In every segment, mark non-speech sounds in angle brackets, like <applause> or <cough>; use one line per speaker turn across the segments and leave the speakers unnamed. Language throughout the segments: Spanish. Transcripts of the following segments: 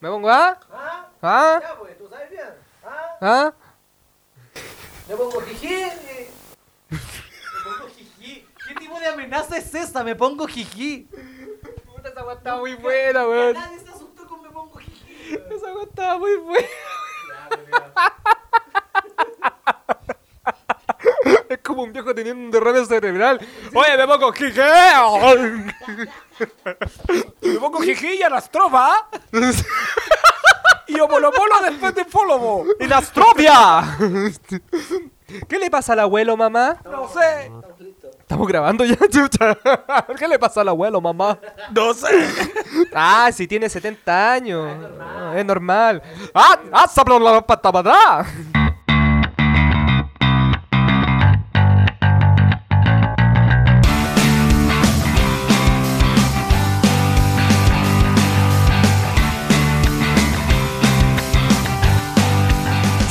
¿Me pongo A?
¿Ah?
¿Ah?
Ya, pues, tú sabes bien. ¿Ah?
¿Ah?
Me pongo jiji. eh. Me pongo jiji. ¿Qué tipo de amenaza es esta? Me pongo jiji.
Puta, esa weá estaba muy buena, weón.
Nadie se asustó con me pongo jiji. weón.
Esa weá estaba muy buena.
Ya, pues, mira.
Es como un viejo teniendo un derrame cerebral. Oye, me pongo jiji. me pongo jiji y anastrofa. y homolopolo después de fólobo. ¡Y nastrofia! ¿Qué le pasa al abuelo, mamá?
No sé. Estamos listos.
Estamos grabando ya, <laughs> chucha. ¿Qué le pasa al abuelo, mamá? No sé. <laughs> Ah, si tiene 70 años. Ah, Es normal. ¡Ah! ¡Ah! ¡Saplo la pata para atrás!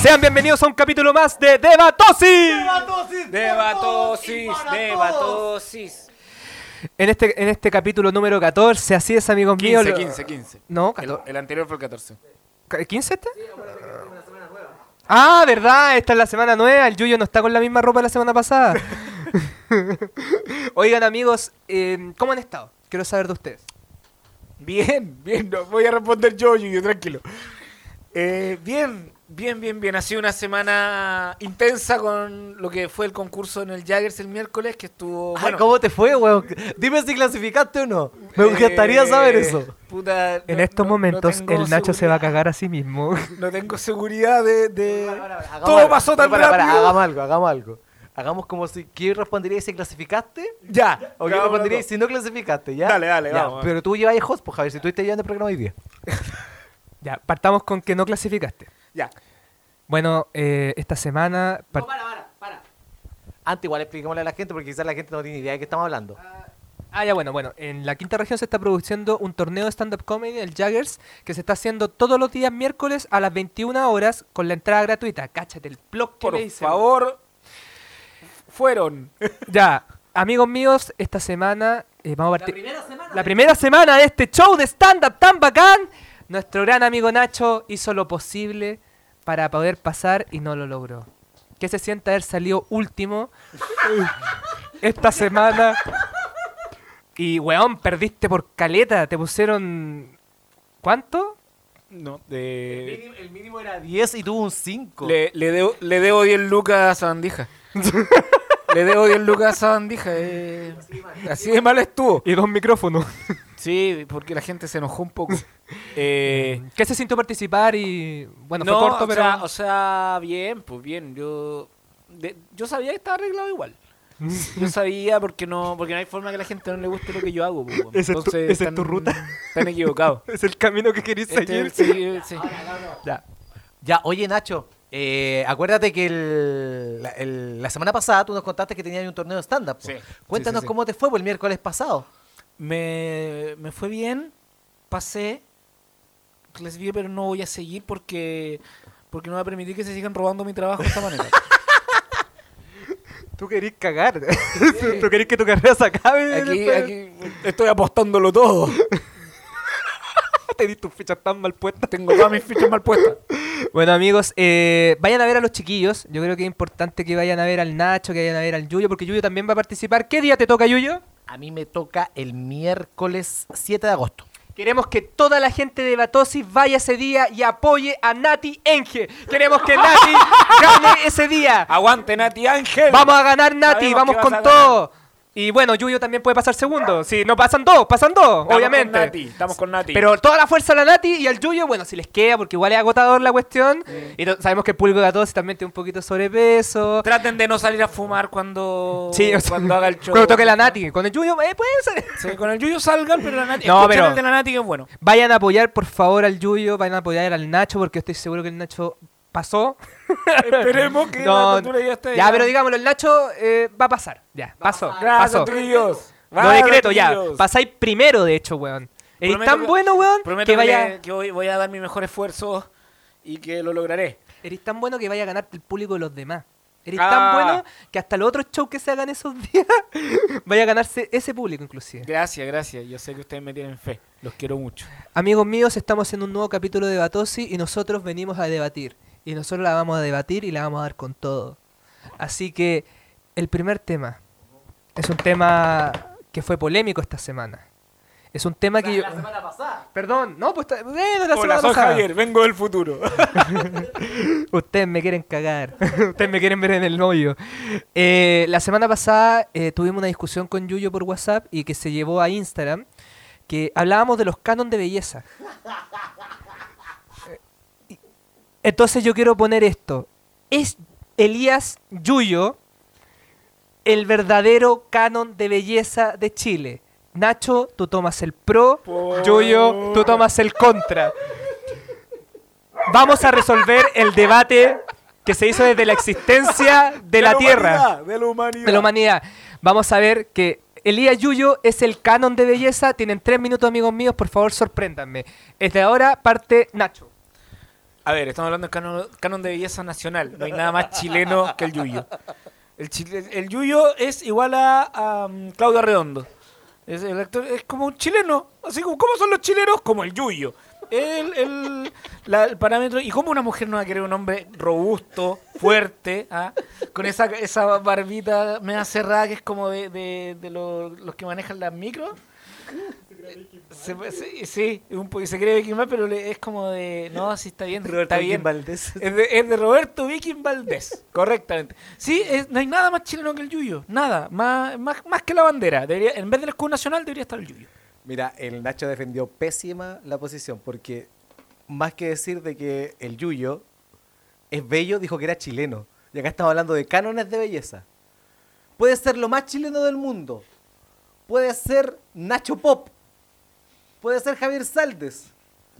Sean bienvenidos a un capítulo más de Debatosis.
Debatosis.
Debatosis, debatosis.
En este, en este capítulo número 14, así es, amigos míos.
15,
lo-
15, 15.
No,
El,
14.
el anterior fue el 14.
¿Ca- ¿15 este? Ah, verdad, esta es la semana nueva. El Yuyo no está con la misma ropa de la semana
<laughs>
pasada. Oigan, amigos, eh, ¿cómo han estado? Quiero saber de ustedes.
Bien, bien, no, voy a responder yo, Yuyo, tranquilo. Eh, bien, bien, bien, bien. Ha sido una semana intensa con lo que fue el concurso en el Jaggers el miércoles, que estuvo. bueno,
¿Cómo te fue, weón? Dime si clasificaste o no. Me
eh,
gustaría saber eso.
puta,
En
no-
estos
no- no
momentos,
tengo
el Nacho se va a
seguridad-
cagar a sí mismo.
No tengo seguridad de. de-
Hagamos
Todo
algo.
pasó tan
Para, para,
rápido.
Hagamos algo, hagamos algo. Hagamos como si. ¿Qué respondería si clasificaste?
Ya,
¿O qué
acabamos
respondería
los dos.
si no clasificaste? ¿ya?
Dale, dale,
Ya,
vamos.
Pero tú llevas host, pues, Javier, si tú estás llevando el programa hoy día.
ya, partamos con que no clasificaste.
Ya.
Bueno, eh, esta semana... par-
para, para, para. Antes igual expliquémosle a la gente porque quizás la gente no tiene idea de qué estamos hablando.
Ah, ya bueno, bueno, en la quinta región se está produciendo un torneo de stand-up comedy, el Jaggers, que se está haciendo todos los días miércoles a las 21 horas con la entrada gratuita. Cáchate el blog que
Por
le hice.
favor, fueron.
Ya, amigos míos, esta semana eh, vamos a partir. La primera,
semana.
semana de este show de stand-up tan bacán, nuestro gran amigo Nacho hizo lo posible para poder pasar y no lo logró. ¿Qué se siente haber salido
<laughs>
último esta semana? Y, weón, perdiste por caleta. Te pusieron. ¿Cuánto?
No, de.
el mínimo era 10 y tuvo un 5.
Le, le, debo, le debo 10 lucas a <laughs> Sabandija. le debo 10 lucas a Sabandija. eh. Así de mal estuvo.
Y dos micrófonos.
Sí, porque la gente se enojó un poco. <laughs> Eh,
¿Qué se sintió participar? Y. Bueno,
no,
fue corto,
o
pero.
Sea, o sea, bien, pues bien. Yo, de- yo sabía que estaba arreglado <laughs> igual. Yo sabía porque no porque no hay forma que a la gente no le guste lo que yo hago. pues,
Esa
bueno.
es tu-
Entonces,
esa es tu ruta.
Están <laughs> equivocados.
es el camino que querés
Este,
seguir.
sí, sí.
Ya.
Ya, oye Nacho, eh, acuérdate que el- la, el- la semana pasada tú nos contaste que tenías un torneo de stand-up. po.
Sí.
Cuéntanos
Sí, sí, sí.
cómo te fue po, el miércoles pasado.
me, me fue bien, pasé, clasifiqué, pero no voy a seguir porque, porque no voy a permitir que se sigan robando mi trabajo de esta <laughs> manera.
Tú querés cagar. <laughs> Tú querés que tu carrera se acabe.
Aquí,
después.
aquí estoy apostándolo <laughs> todo.
Te di tus fichas tan mal puestas.
Tengo todas mis fichas mal puestas.
Bueno, amigos, eh, vayan a ver a los chiquillos. Yo creo que es importante que vayan a ver al Nacho, que vayan a ver al Yuyo, porque Yuyo también va a participar. ¿Qué día te toca, Yuyo?
A mí me toca el miércoles 7 de agosto.
Queremos que toda la gente de Batosis vaya ese día y apoye a Nati Enge. Queremos que
<laughs>
Nati gane ese día.
Aguante, Nati Ángel.
Vamos a ganar, Nati. Vamos
Sabemos que vas
con
a
todo. Y bueno, Yuyo también puede pasar segundo. Si no pasan dos, pasan dos,
Estamos
obviamente.
Con Nati, estamos con Nati.
Pero toda la fuerza a la Nati y al Yuyo, bueno, si les queda, porque igual es agotador la cuestión. Y to- sabemos que el público de todos también tiene un poquito de sobrepeso.
traten de no salir a fumar cuando,
Sí, o sea,
<laughs> cuando haga el show.
Cuando toque la Nati, con el Yuyo, eh, puede ser. <laughs>
Sí, con el Yuyo salgan, pero la Nati.
No,
escuchen
pero-
el de la Nati que es
<laughs>
bueno.
Vayan a apoyar, por favor, al Yuyo, vayan a apoyar al Nacho, porque estoy seguro que el Nacho
<laughs>
pasó.
Esperemos que la
No,
cultura ya esté.
ya, pero digámoslo, el Nacho eh, va a pasar. Ya, pasó,
Gracias,
pasó.
Trillos.
Lo decreto, ya. Pasáis primero, de hecho, weón. Eres
Prometo
tan
que-
bueno, weón,
Prometo
que
que,
vaya...
le- que voy, voy a dar mi mejor esfuerzo y que lo lograré.
Eres tan bueno que vaya a ganarte el público de los demás. Eres
Ah.
tan bueno que hasta los otros shows que se <laughs> hagan esos días vaya a ganarse ese público, inclusive.
Gracias, gracias. Yo sé que ustedes me tienen fe. Los quiero mucho.
Amigos míos, estamos en un nuevo capítulo de Batosi y nosotros venimos a debatir. Y nosotros la vamos a debatir y la vamos a dar con todo. Así que el primer tema es un tema que fue polémico esta semana. Es un tema que yo...
La semana pasada.
Perdón, no, pues... está- bueno, la
Hola,
semana
soy
pasada.
Javier, vengo del futuro. <laughs>
Ustedes me quieren cagar. <laughs> Ustedes me quieren ver en el hoyo. Eh, la semana pasada eh, tuvimos una discusión con Yuyo por WhatsApp y que se llevó a Instagram. Que hablábamos de los canon de belleza. Eh, y- Entonces yo quiero poner esto. ¿Es Elías Yuyo el verdadero canon de belleza de Chile? Nacho, tú tomas el pro. Yuyo, tú tomas el contra. Vamos a resolver el debate que se hizo desde la existencia de, la, Tierra,
humanidad, De la humanidad.
de la humanidad. Vamos a ver que Elías Yuyo es el canon de belleza. Tienen tres minutos, amigos míos. Por favor, sorpréndanme. Desde ahora parte Nacho.
A ver, estamos hablando del canon, canon de belleza nacional. No hay nada más chileno que el yuyo. El, chile- el yuyo es igual a, a, um, Claudio Arredondo. Es, el actor, es como un chileno. Así como, ¿cómo son los chilenos? Como el yuyo. El, el- la- el parámetro. ¿Y cómo una mujer no va a querer un hombre robusto, fuerte, ah? con esa, esa barbita media cerrada que es como de, de- de lo- los que manejan las micros? Se- se- sí, un po- se cree Vicky Mal, pero le- es como de. No, sí, está bien. está bien. Es de, es de Roberto Viking Valdés, correctamente. Sí, es- no hay nada más chileno que el Yuyo, nada, más, más, más que la bandera. Debería, en vez del escudo nacional debería estar el Yuyo.
Mira, el Nacho defendió pésima la posición porque más que decir de que el Yuyo es bello, dijo que era chileno. Y acá estamos hablando de cánones de belleza. Puede ser lo más chileno del mundo. Puede ser Nacho Pop. Puede ser Javier Saldes.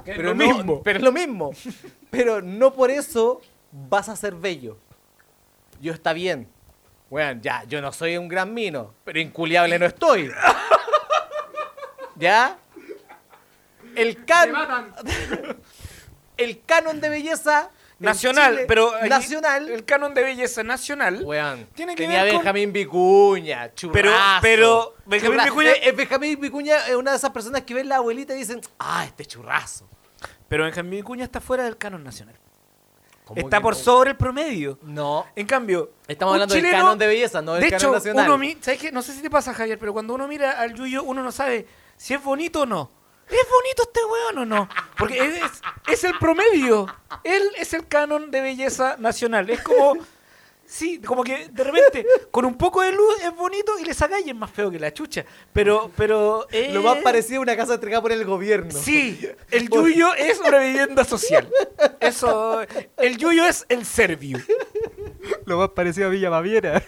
Que es
Pero
lo
no-
mismo.
Pero es lo mismo. <laughs> pero no por eso vas a ser bello. Yo está bien. Bueno, ya, yo no soy un gran mino, pero inculiable no estoy. ¿Ya? El canon. <laughs> el canon de belleza en
Nacional,
Chile-
pero. ahí
nacional.
El canon de belleza nacional.
Weón,
Tiene que
tenía
ver con-
Benjamín Vicuña,
Pero-
churrazo.
pero Benjamín
Churrazo.
Vicuña-
Eh, eh, Benjamín Vicuña es una de esas personas que ven la abuelita y dicen, ah, este churrazo.
Pero Benjamín Cuña está fuera del canon nacional.
¿Cómo
Está
que
por
no?
sobre el promedio.
No,
En cambio,
Estamos
un
hablando del
chileno-
canon de belleza, no del
de
canon
hecho,
nacional.
Uno, mi- ¿sabes qué? No sé si te pasa, Javier, pero cuando uno mira al Yuyo, uno no sabe si es bonito o no. ¿Es bonito este weón o no? Porque es, es- es el promedio. Él es el canon de belleza nacional. Es como. Sí, como que de repente, con un poco de luz es bonito y le saca y es más feo que la chucha. Pero, pero. eh,
Lo más parecido a una casa entregada por el gobierno.
Sí, el yuyo es una vivienda social. Eso. El yuyo es el serbio.
Lo más parecido a Villa Baviera.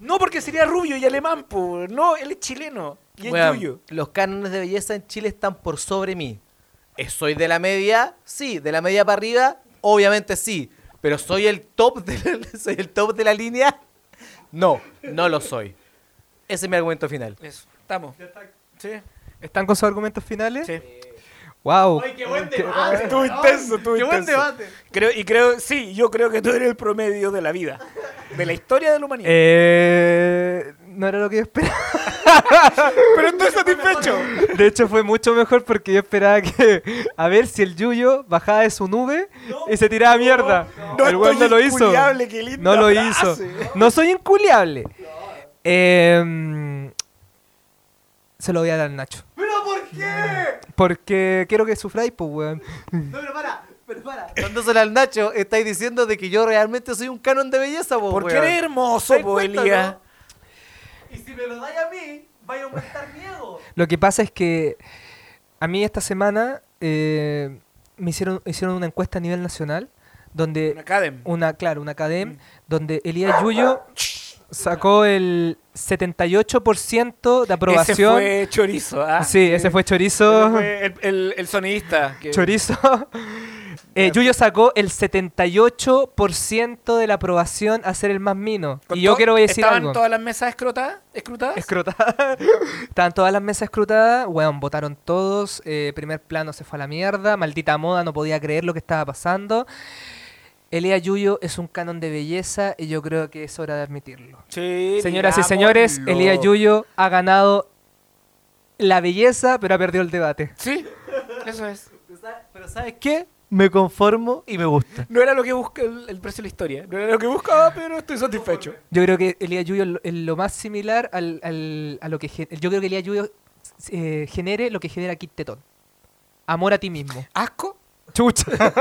No, porque sería rubio y alemán, po. No, él es chileno. Y es
Weón,
yuyo.
Los cánones de belleza en Chile están por sobre mí. Eh, ¿Soy de la media? Sí. ¿De la media para arriba? Obviamente sí. ¿Pero soy el top de la, <laughs> soy el top de la línea? No, no lo soy. Ese es mi argumento final.
Eso, estamos. Sí,
¿Están con sus argumentos finales?
sí.
¡Wow!
Estuvo intenso, estuvo
Qué buen
intenso.
debate.
Creo, y creo, sí, yo creo que tú eres el promedio de la vida, de la historia de la humanidad.
Eh, no era lo que yo esperaba.
Pero estoy satisfecho.
De hecho, fue mucho mejor porque yo esperaba que. A ver si el Yuyo bajaba de su nube y se tiraba mierda.
no,
el weón no
estoy
lo hizo.
inculiable, qué linda
no lo hizo.
frase.
No soy inculiable. Em, se lo voy a dar al Nacho.
¿Pero por qué?
Porque quiero que sufráis, pues, weón.
No, pero para, pero para.
Dándosela al Nacho, estáis diciendo de que yo realmente soy un canon de belleza, vos,
Porque
weón.
eres hermoso,
¿Te das
po,
cuenta,
Elías.
no?
Y si me lo dais a mí, vaya a aumentar mi ego.
Lo que pasa es que a mí esta semana eh, me hicieron, hicieron una encuesta a nivel nacional donde
Una academ.
una, claro, una academia donde Elías Yuyo sacó el 78% de
Ese
aprobación.
fue chorizo. ah.
sí, ese fue
Ese
chorizo.
fue el, el- el sonidista. que-
Chorizo. <laughs> Eh, Yuyo sacó el 78% de la aprobación a ser el más mino.
Con
Y yo
to-
quiero decir
¿Estaban
algo.
todas las mesas escrotadas?
<laughs>
¿Escrutadas?
Escrotada. Estaban todas las mesas escrutadas, weón, votaron todos, eh, primer plano se fue a la mierda, maldita moda, no podía creer lo que estaba pasando. Elea Yuyo es un canon de belleza y yo creo que es hora de admitirlo.
Sí,
Señoras y
digámoslo.
señores, Elías Yuyo ha ganado la belleza, pero ha perdido el debate.
Sí, eso es.
Pero ¿sabes qué?
¿Qué? Me conformo y me gusta.
No era lo que busca el, el precio de la historia. No era lo que buscaba, pero estoy satisfecho.
Yo creo que Elías Yuyo es lo- es lo más similar al, al- a lo que... gen- Yo creo que Elías Yuyo eh, genere lo que genera Kit Tetón. Amor a ti mismo.
¿Asco?
Chucha.
<laughs>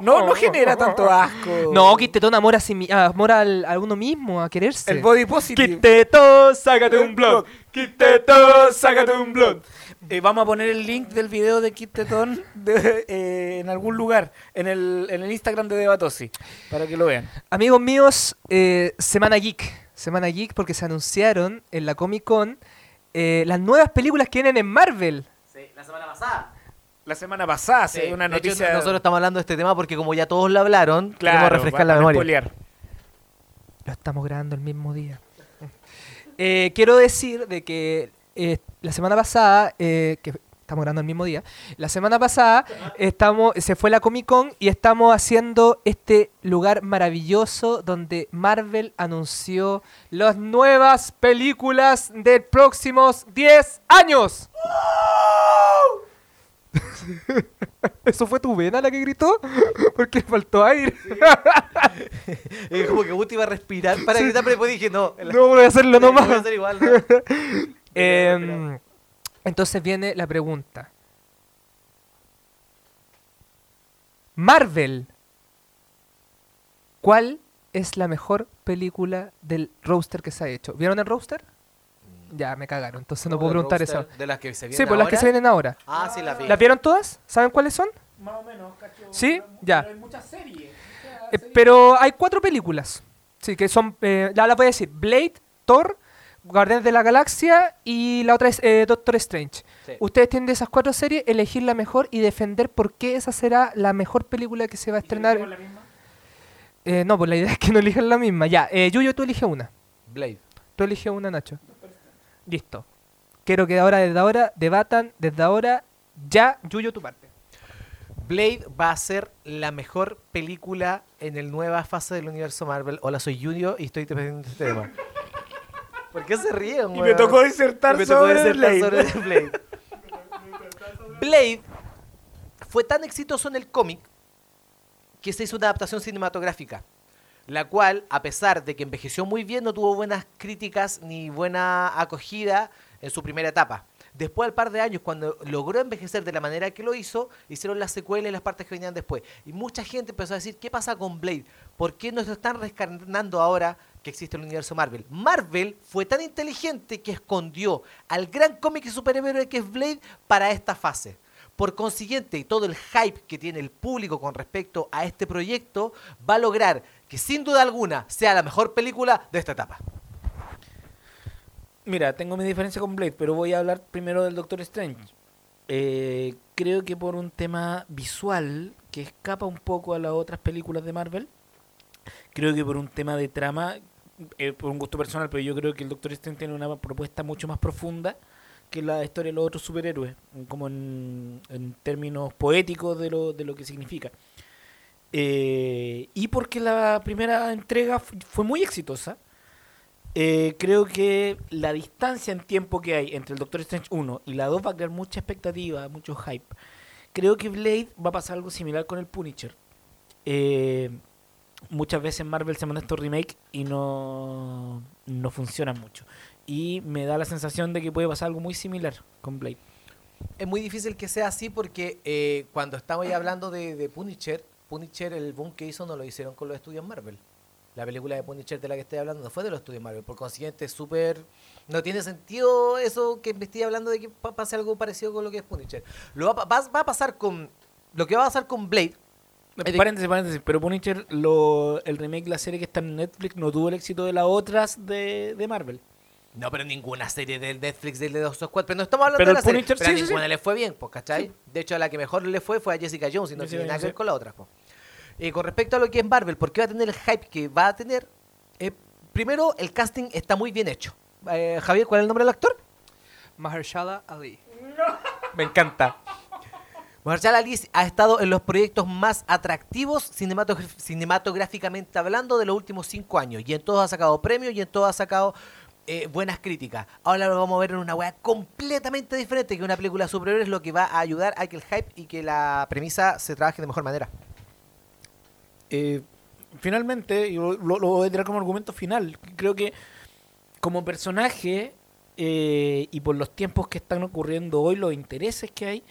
No, no genera tanto asco.
No, Kit Tetón, amor a, sí, mi- a- amor al- a uno mismo, a quererse.
El body positive.
Kit Tetón, sácate un blog. Kit Tetón, sácate un blog.
Eh, vamos a poner el link del video de Kit Tetón de- eh, en algún lugar, en el, en el Instagram de Debatosi, para que lo vean.
Amigos míos, eh, Semana Geek. Semana Geek porque se anunciaron en la Comic Con eh, las nuevas películas que vienen en Marvel.
Sí, la semana pasada.
La semana pasada se
Sí,
dio una
De hecho,
noticia.
nosotros estamos hablando de este tema porque como ya todos lo hablaron,
claro,
queremos refrescar
para-
la
para
memoria.
spoilear.
Lo estamos grabando el mismo día. Eh, quiero decir de que eh, la semana pasada, eh, que estamos grabando el mismo día, la semana pasada estamos, se fue la Comic Con y estamos haciendo este lugar maravilloso donde Marvel anunció las nuevas películas de próximos 10 años. <laughs> ¿Eso fue tu vena la que <laughs> gritó? Porque faltó aire.
Es como que Guti iba a respirar para gritar, pero después dije, no, la-
No voy a <laughs> hacerlo nomás.
voy a hacer igual, ¿no?
Em, entonces viene la pregunta. Marvel, ¿cuál es la mejor película del roster que se ha hecho? ¿Vieron el roster?
Mm.
Ya, me cagaron, entonces no, puedo
Del
preguntar
roster,
eso.
De las que se vienen
Sí, pues las que
ahora.
se vienen ahora.
Ah, sí, las vi.
¿Las vieron todas? ¿Saben cuáles son?
Más o menos, cacho.
Sí, ya.
Hay muchas series.
Eh, pero hay cuatro películas. Sí, que son. eh, ya la voy a decir: Blade, Thor, Guardianes de la Galaxia y la otra es eh, Doctor Strange.
Sí.
Ustedes tienen de esas cuatro series elegir la mejor y defender por qué esa será la mejor película que se va a estrenar. Eh, no, pues la idea es que no elijan la misma. Ya, eh, Yuyo, tú elige una.
Blade.
Tú elige una, Nacho. Listo. Quiero que ahora, desde ahora, debatan, desde ahora, ya, Yuyo, tu parte.
Blade va a ser la mejor película en el nueva fase del universo Marvel. Hola, soy Junior y estoy defendiendo este tema. ¿Por qué se ríen,
Y me
weón?
tocó
Y
disertar
me tocó
sobre
disertar
Blade.
sobre Blade. Blade fue tan exitoso en el cómic que se hizo una adaptación cinematográfica, la cual, a pesar de que envejeció muy bien, no tuvo buenas críticas ni buena acogida en su primera etapa. Después, al par de años, cuando logró envejecer de la manera que lo hizo, hicieron las secuelas y las partes que venían después. Y mucha gente empezó a decir, ¿qué pasa con Blade? ¿Por qué nos lo están rescarnando ahora que existe el universo Marvel? Marvel fue tan inteligente que escondió al gran cómic y superhéroe que es Blade para esta fase. Por consiguiente, y todo el hype que tiene el público con respecto a este proyecto va a lograr que sin duda alguna sea la mejor película de esta etapa.
Mira, tengo mi diferencia con Blade, pero voy a hablar primero del Doctor Strange. Eh, creo que por un tema visual que escapa un poco a las otras películas de Marvel, creo que por un tema de trama, eh, por un gusto personal, pero yo creo que el Doctor Strange tiene una propuesta mucho más profunda que la historia de los otros superhéroes, como en, en términos poéticos de lo, de lo que significa. Eh, y porque la primera entrega fu- fue muy exitosa, eh, creo que la distancia en tiempo que hay entre el Doctor Strange 1 y la 2 va a crear mucha expectativa, mucho hype. Creo que Blade va a pasar algo similar con el Punisher. Eh, muchas veces Marvel se manda estos remake y no, no funciona mucho. Y me da la sensación de que puede pasar algo muy similar con Blade.
Es muy difícil que sea así porque eh, cuando estamos ya hablando de, de Punisher, Punisher el boom que hizo no lo hicieron con los estudios Marvel. La película de Punisher de la que estoy hablando no fue de los estudios Marvel, por consiguiente es súper... No tiene sentido eso que me estoy hablando de que pa- pase algo parecido con lo que es Punisher. Lo va, pa- va- va a pasar con... Lo que va a pasar con Blade... es de-
Eh, Paréntesis, paréntesis, pero Punisher, lo, el remake, la serie que está en Netflix, no tuvo el éxito de las otras de, de Marvel.
No, pero ninguna serie del Netflix del de los Squad. Pero no estamos hablando
Pero
de
el
la serie.
Punisher,
pero a
sí, sí,
ninguna
sí.
le fue bien, pues, ¿cachai? De hecho, a la que mejor le fue fue a Jessica Jones y no
Jessica
tiene nada que
Jones,
ver
sí.
con la otra. po. Eh, con respecto a lo que es Marvel, ¿por qué va a tener el hype que va a tener? Eh, primero, el casting está muy bien hecho. Eh, Javier, ¿cuál es el nombre del actor?
Mahershala Ali.
Me encanta. Marshall Ali ha estado en los proyectos más atractivos cinematog- cinematográficamente hablando de los últimos cinco años. Y en todos ha sacado premios y en todos ha sacado eh, buenas críticas. Ahora lo vamos a ver en una weá completamente diferente que una película superior es lo que va a ayudar a que el hype y que la premisa se trabaje de mejor manera.
Eh, finalmente, y lo, lo- lo voy a tirar como argumento final, creo que como personaje eh, y por los tiempos que están ocurriendo hoy, los intereses que hay,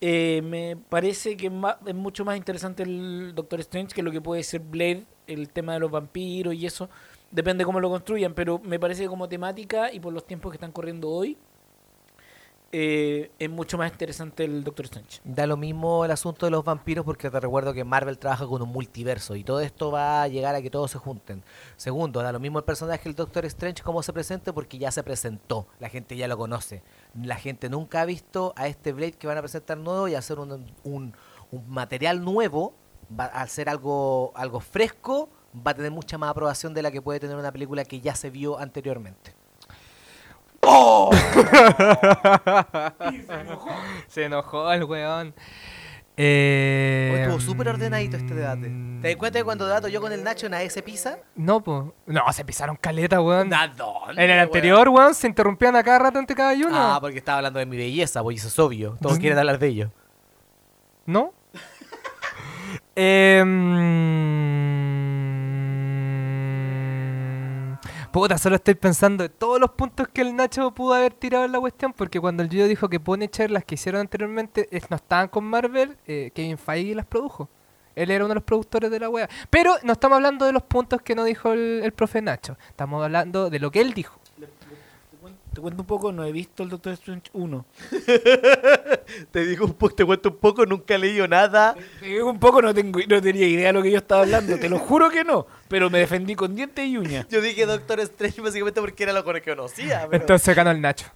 eh, me parece que es ma- es mucho más interesante el Doctor Strange que lo que puede ser Blade, el tema de los vampiros y eso. Depende cómo lo construyan, pero me parece que como temática y por los tiempos que están corriendo hoy, eh, es mucho más interesante el Doctor Strange.
Da lo mismo el asunto de los vampiros porque te recuerdo que Marvel trabaja con un multiverso y todo esto va a llegar a que todos se junten. Segundo, da lo mismo el personaje del Doctor Strange cómo se presente porque ya se presentó, la gente ya lo conoce. La gente nunca ha visto a este Blade que van a presentar nuevo y hacer un, un- un material nuevo, va a ser algo, algo fresco, va a tener mucha más aprobación de la que puede tener una película que ya se vio anteriormente.
Se enojó el weón. Eh,
Hoy estuvo súper ordenadito este debate.
mm,
¿Te das cuenta que cuando debato yo con el Nacho nadie se pisa?
No, po. No, se pisaron caleta, weón.
Nadón.
Em, En el anterior, weón, se interrumpían a cada rato entre cada uno.
Ah, porque estaba hablando de mi belleza, pues eso es obvio. Todos quieren hablar de ello.
¿No? <laughs> Em, Puta, solo estoy pensando de todos los puntos que el Nacho pudo haber tirado en la cuestión, porque cuando el Yuyo dijo que Punisher, las que hicieron anteriormente, es- no estaban con Marvel, eh, Kevin Feige las produjo. Él era uno de los productores de la wea. Pero no estamos hablando de los puntos que no dijo el, el profe Nacho. Estamos hablando de lo que él dijo.
Te cuento un poco, no he visto el Doctor Strange 1.
<laughs> Te digo un poco, te cuento un poco, nunca he leído nada.
Te digo Eh, un poco, no, tengo, no tenía idea de lo que yo estaba hablando, te lo juro que no, pero me defendí con dientes y uñas.
Yo dije Doctor Strange básicamente porque era lo que conocía. Pero,
Entonces ganó el Nacho.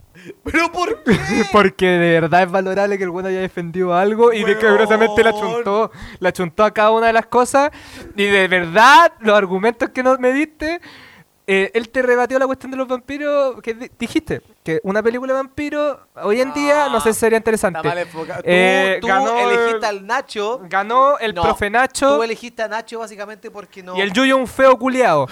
¿pero ¿por qué?
<laughs> Porque de verdad es valorable que el bueno haya defendido algo y de que
Weón.
curiosamente la chuntó, la chuntó a cada una de las cosas. Y de verdad, los argumentos que no me diste, eh, él te rebatió la cuestión de los vampiros. que di- dijiste que una película de vampiros hoy en día no sé si sería interesante.
Está mal enfocado.
Tú,
Eh,
tú
ganó el-
elegiste al Nacho.
Ganó el
No,
profe Nacho
Tú elegiste a Nacho básicamente porque no.
y el Yuyo un feo culiao.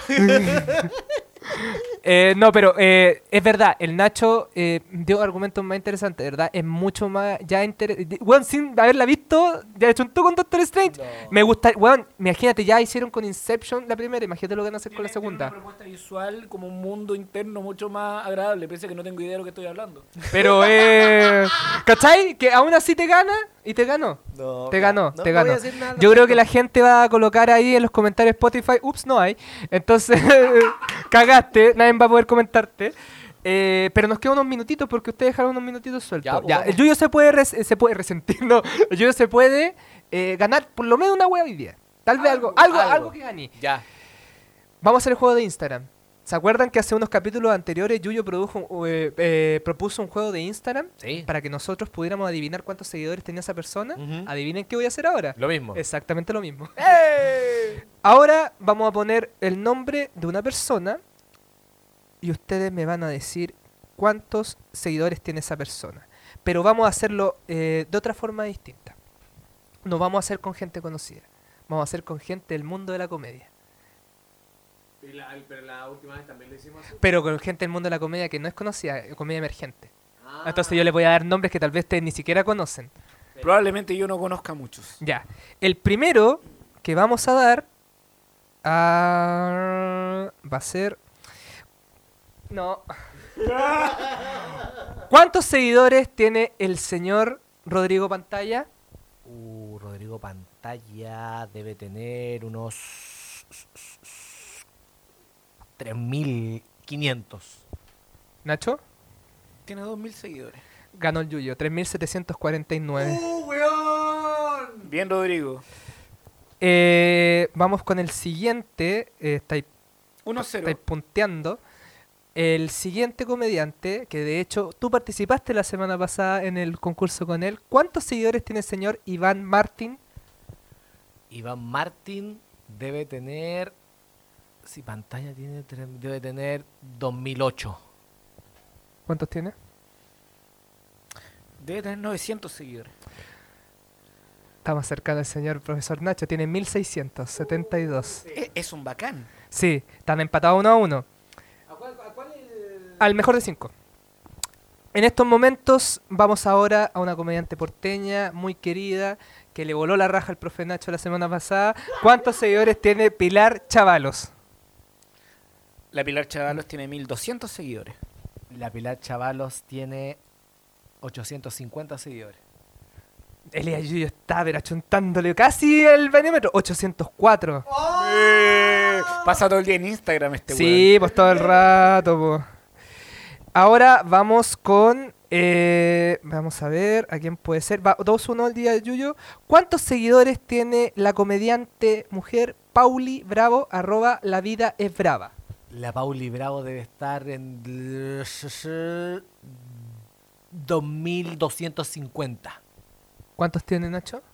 Eh, no, pero eh, es verdad, el Nacho eh, dio argumentos más interesantes, ¿verdad? Es mucho más. Ya interesante. Weón, sin haberla visto, ya hecho un tú con Doctor Strange. Me gusta. Weón, imagínate, ya hicieron con Inception la primera, imagínate lo que van a hacer con la
Una
segunda.
propuesta visual como un mundo interno mucho más agradable, pese a que no tengo idea de lo que estoy hablando.
Pero, eh. ¿Cachai? Que aún así te gana y te ganó.
No,
Te
no,
ganó, te
no voy a
ganó.
decir nada al
Yo creo que
respecto.
la gente va a colocar ahí en los comentarios Spotify, ups, no hay. Entonces, <laughs> cagaste, nadie va a poder comentarte. Eh, pero nos quedan unos minutitos porque ustedes dejaron unos minutitos sueltos.
Ya,
Ya,
pues, vamos.
el Yuyo se puede, res- eh, se puede resentir, <laughs> no. El Yuyo se puede eh, ganar por lo menos una hueá hoy día. Tal vez algo, algo, algo,
algo.
que gané.
Ya.
Vamos a hacer el juego de Instagram. ¿Se acuerdan que hace unos capítulos anteriores Yuyo produjo, un- eh, eh, propuso un juego de Instagram?
Sí.
Para que nosotros pudiéramos adivinar cuántos seguidores tenía esa persona.
Ujú.
Adivinen qué voy a hacer ahora.
Lo mismo.
Exactamente lo mismo. Ahora vamos a poner el nombre de una persona y ustedes me van a decir cuántos seguidores tiene esa persona. Pero vamos a hacerlo eh, de otra forma distinta. No vamos a hacer con gente conocida. Vamos a hacer con gente del mundo de la comedia.
pero la última vez también lo hicimos así.
Pero con gente del mundo de la comedia que no es conocida, eh, comedia emergente. Entonces yo les voy a dar nombres que tal vez ustedes ni siquiera conocen.
Probablemente yo no conozca a muchos.
Ya. El primero que vamos a dar ah, va a ser. No. ¿Cuántos seguidores tiene el señor Rodrigo Pantalla?
Uh, Rodrigo Pantalla debe tener unos 3500.
Nacho,
Tiene 2.000 seguidores.
ganó el Yuyo, 3.749.
¡Uh, weón!
Bien, Rodrigo.
Eh, vamos con el siguiente. eh, estáis, estáis
1-0.
punteando. El siguiente comediante, que de hecho tú participaste la semana pasada en el concurso con él. ¿Cuántos seguidores tiene el señor Iván Martín?
Iván Martín debe tener si pantalla tiene tres- debe tener 2008.
¿Cuántos tiene?
Debe tener 900 seguidores.
Está más cercano el señor profesor Nacho, tiene 1672.
E- Es, un bacán.
Sí, están empatados uno a uno.
¿A cuál, a cuál el,
al mejor de cinco. En estos momentos vamos ahora a una comediante porteña muy querida que le voló la raja al profe Nacho la semana pasada. ¿Cuántos seguidores tiene Pilar Chavalos?
La Pilar Chavalos tiene 1200 seguidores.
La Pilar Chavalos tiene 850 seguidores.
Elías Yuyo está pero achuntándole casi el venímetro. 804.
Eh, pasa todo el día en Instagram este
sí, pues todo el rato, po. Ahora vamos con. eh, vamos a ver a quién puede ser. Va 2-1 el día de Yuyo. ¿Cuántos seguidores tiene la comediante mujer Pauli Bravo, arroba La Vida es Brava?
La Pauli Bravo debe estar en 2250.
¿Cuántos tiene Nacho?
weón.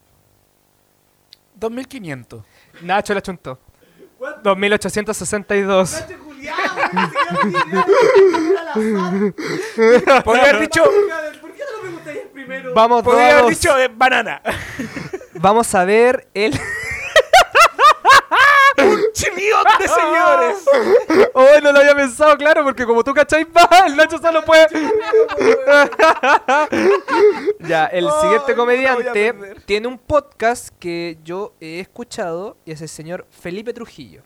2500.
Nacho la chuntó. <laughs> 2862.
Podría haber dicho,
¿Por qué no me preguntáis primero?
Vamos, dos
podría
a
haber
dos.
dicho eh,
<laughs>
banana.
Vamos a ver el.
Chilión <laughs> de
<laughs>
seguidores.
Oh, no lo había pensado, claro, porque como tú cacháis más, el Nacho solo puede. ya, el
Ay,
siguiente
no voy a
comediante
perder.
tiene un podcast que yo he escuchado y es el señor Felipe Trujillo.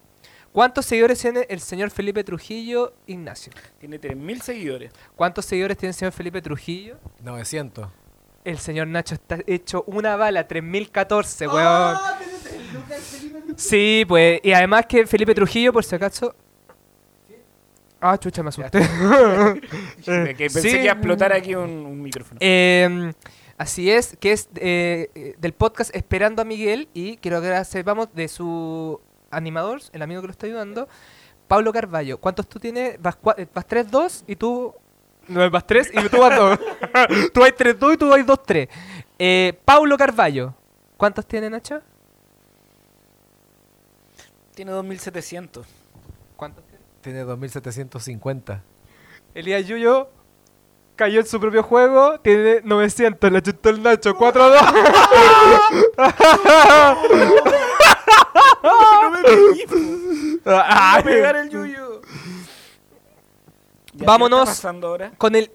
¿Cuántos seguidores tiene el señor Felipe Trujillo, Ignacio?
Tiene 3000 seguidores.
¿Cuántos seguidores tiene el señor Felipe Trujillo?
900.
El señor Nacho está hecho una bala, 3014,
Ah,
weón. Sí, pues, y además que Felipe Trujillo, por si acaso. Ah, chucha, me asusté. <laughs>
Que <laughs> pensé
Eh, sí.
que iba a explotar aquí un, un micrófono.
Eh, así es, que es eh, eh, del podcast Esperando a Miguel y quiero que sepamos de su animador, el amigo que lo está ayudando, Pablo Carballo. ¿Cuántos tú tienes? Vas, cua- eh, vas 3-2 y tú... No, vas 3 y tú vas 2. <laughs> tú vas 3-2 y tú vas 2-3. Eh, Pablo Carballo. ¿Cuántos tiene Nacho? <laughs>
Tiene 2700.
¿Cuántos tiene?
Tiene 2750.
Elías Yuyo cayó en su propio juego, tiene 900, le chutó el Nacho, <laughs> 4-2.
Va
Ah,
a pegar el yuyo. ¿Y a
Vámonos.
quién está pasando ahora?
con el.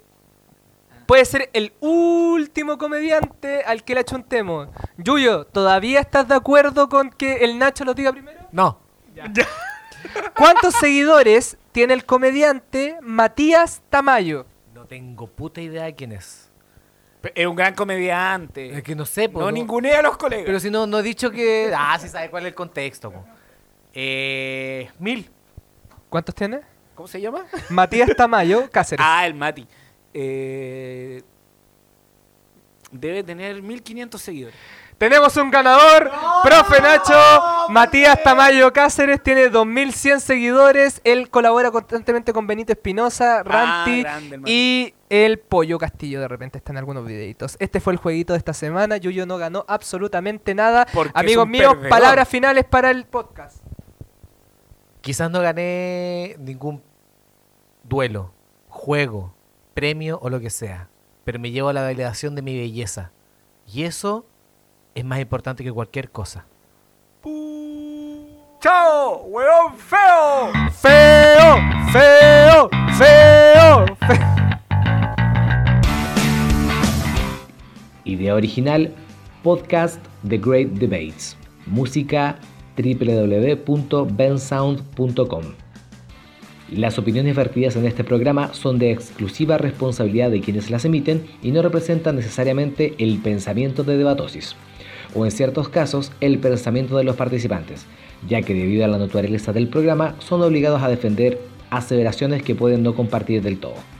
Puede ser el último comediante al que le achuntemos. Yuyo, ¿todavía estás de acuerdo con que el Nacho lo diga primero?
No.
¿Cuántos seguidores tiene el comediante Matías Tamayo?
No tengo puta idea de quién es.
Pe- Es un gran comediante.
Es que no sé,
pues,
po,
Eh, no, ningunea a los colegas.
Pero si no, no he dicho que. Ah, sí sabe cuál es el contexto, po. Eh. Mil.
¿Cuántos tiene?
¿Cómo se llama?
Matías Tamayo Cáceres.
Ah, el Mati. Eh, debe tener 1500 seguidores.
Tenemos un ganador, profe Nacho. Matías Tamayo Cáceres tiene 2100 seguidores. Él colabora constantemente con Benito Espinosa, Ranti
Ah, grande el Matías.
y el Pollo Castillo. De repente está en algunos videitos. Este fue el jueguito de esta semana. Yuyo no ganó absolutamente nada.
Porque es
Amigos
un
míos,
perdedor.
palabras finales para el podcast.
Quizás no gané ningún duelo, juego, premio o lo que sea, pero me llevo la validación de mi belleza. Y eso es más importante que cualquier cosa.
¡Chao! ¡Huevón feo!
Feo, feo, feo, feo.
Idea original, podcast The Great Debates. Música www.bensound.com. Las opiniones vertidas en este programa son de exclusiva responsabilidad de quienes las emiten y no representan necesariamente el pensamiento de Debatosis, o en ciertos casos el pensamiento de los participantes, ya que debido a la naturaleza del programa son obligados a defender aseveraciones que pueden no compartir del todo.